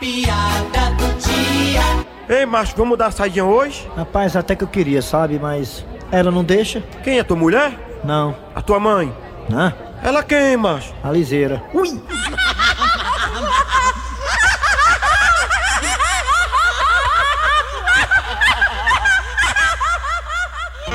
piada do dia. Ei, macho, vamos dar saidinha hoje? Rapaz, até que eu queria, sabe? Mas ela não deixa? Quem é tua mulher? Não. A tua mãe? Hã? Ela quem, macho? A liseira. Ui!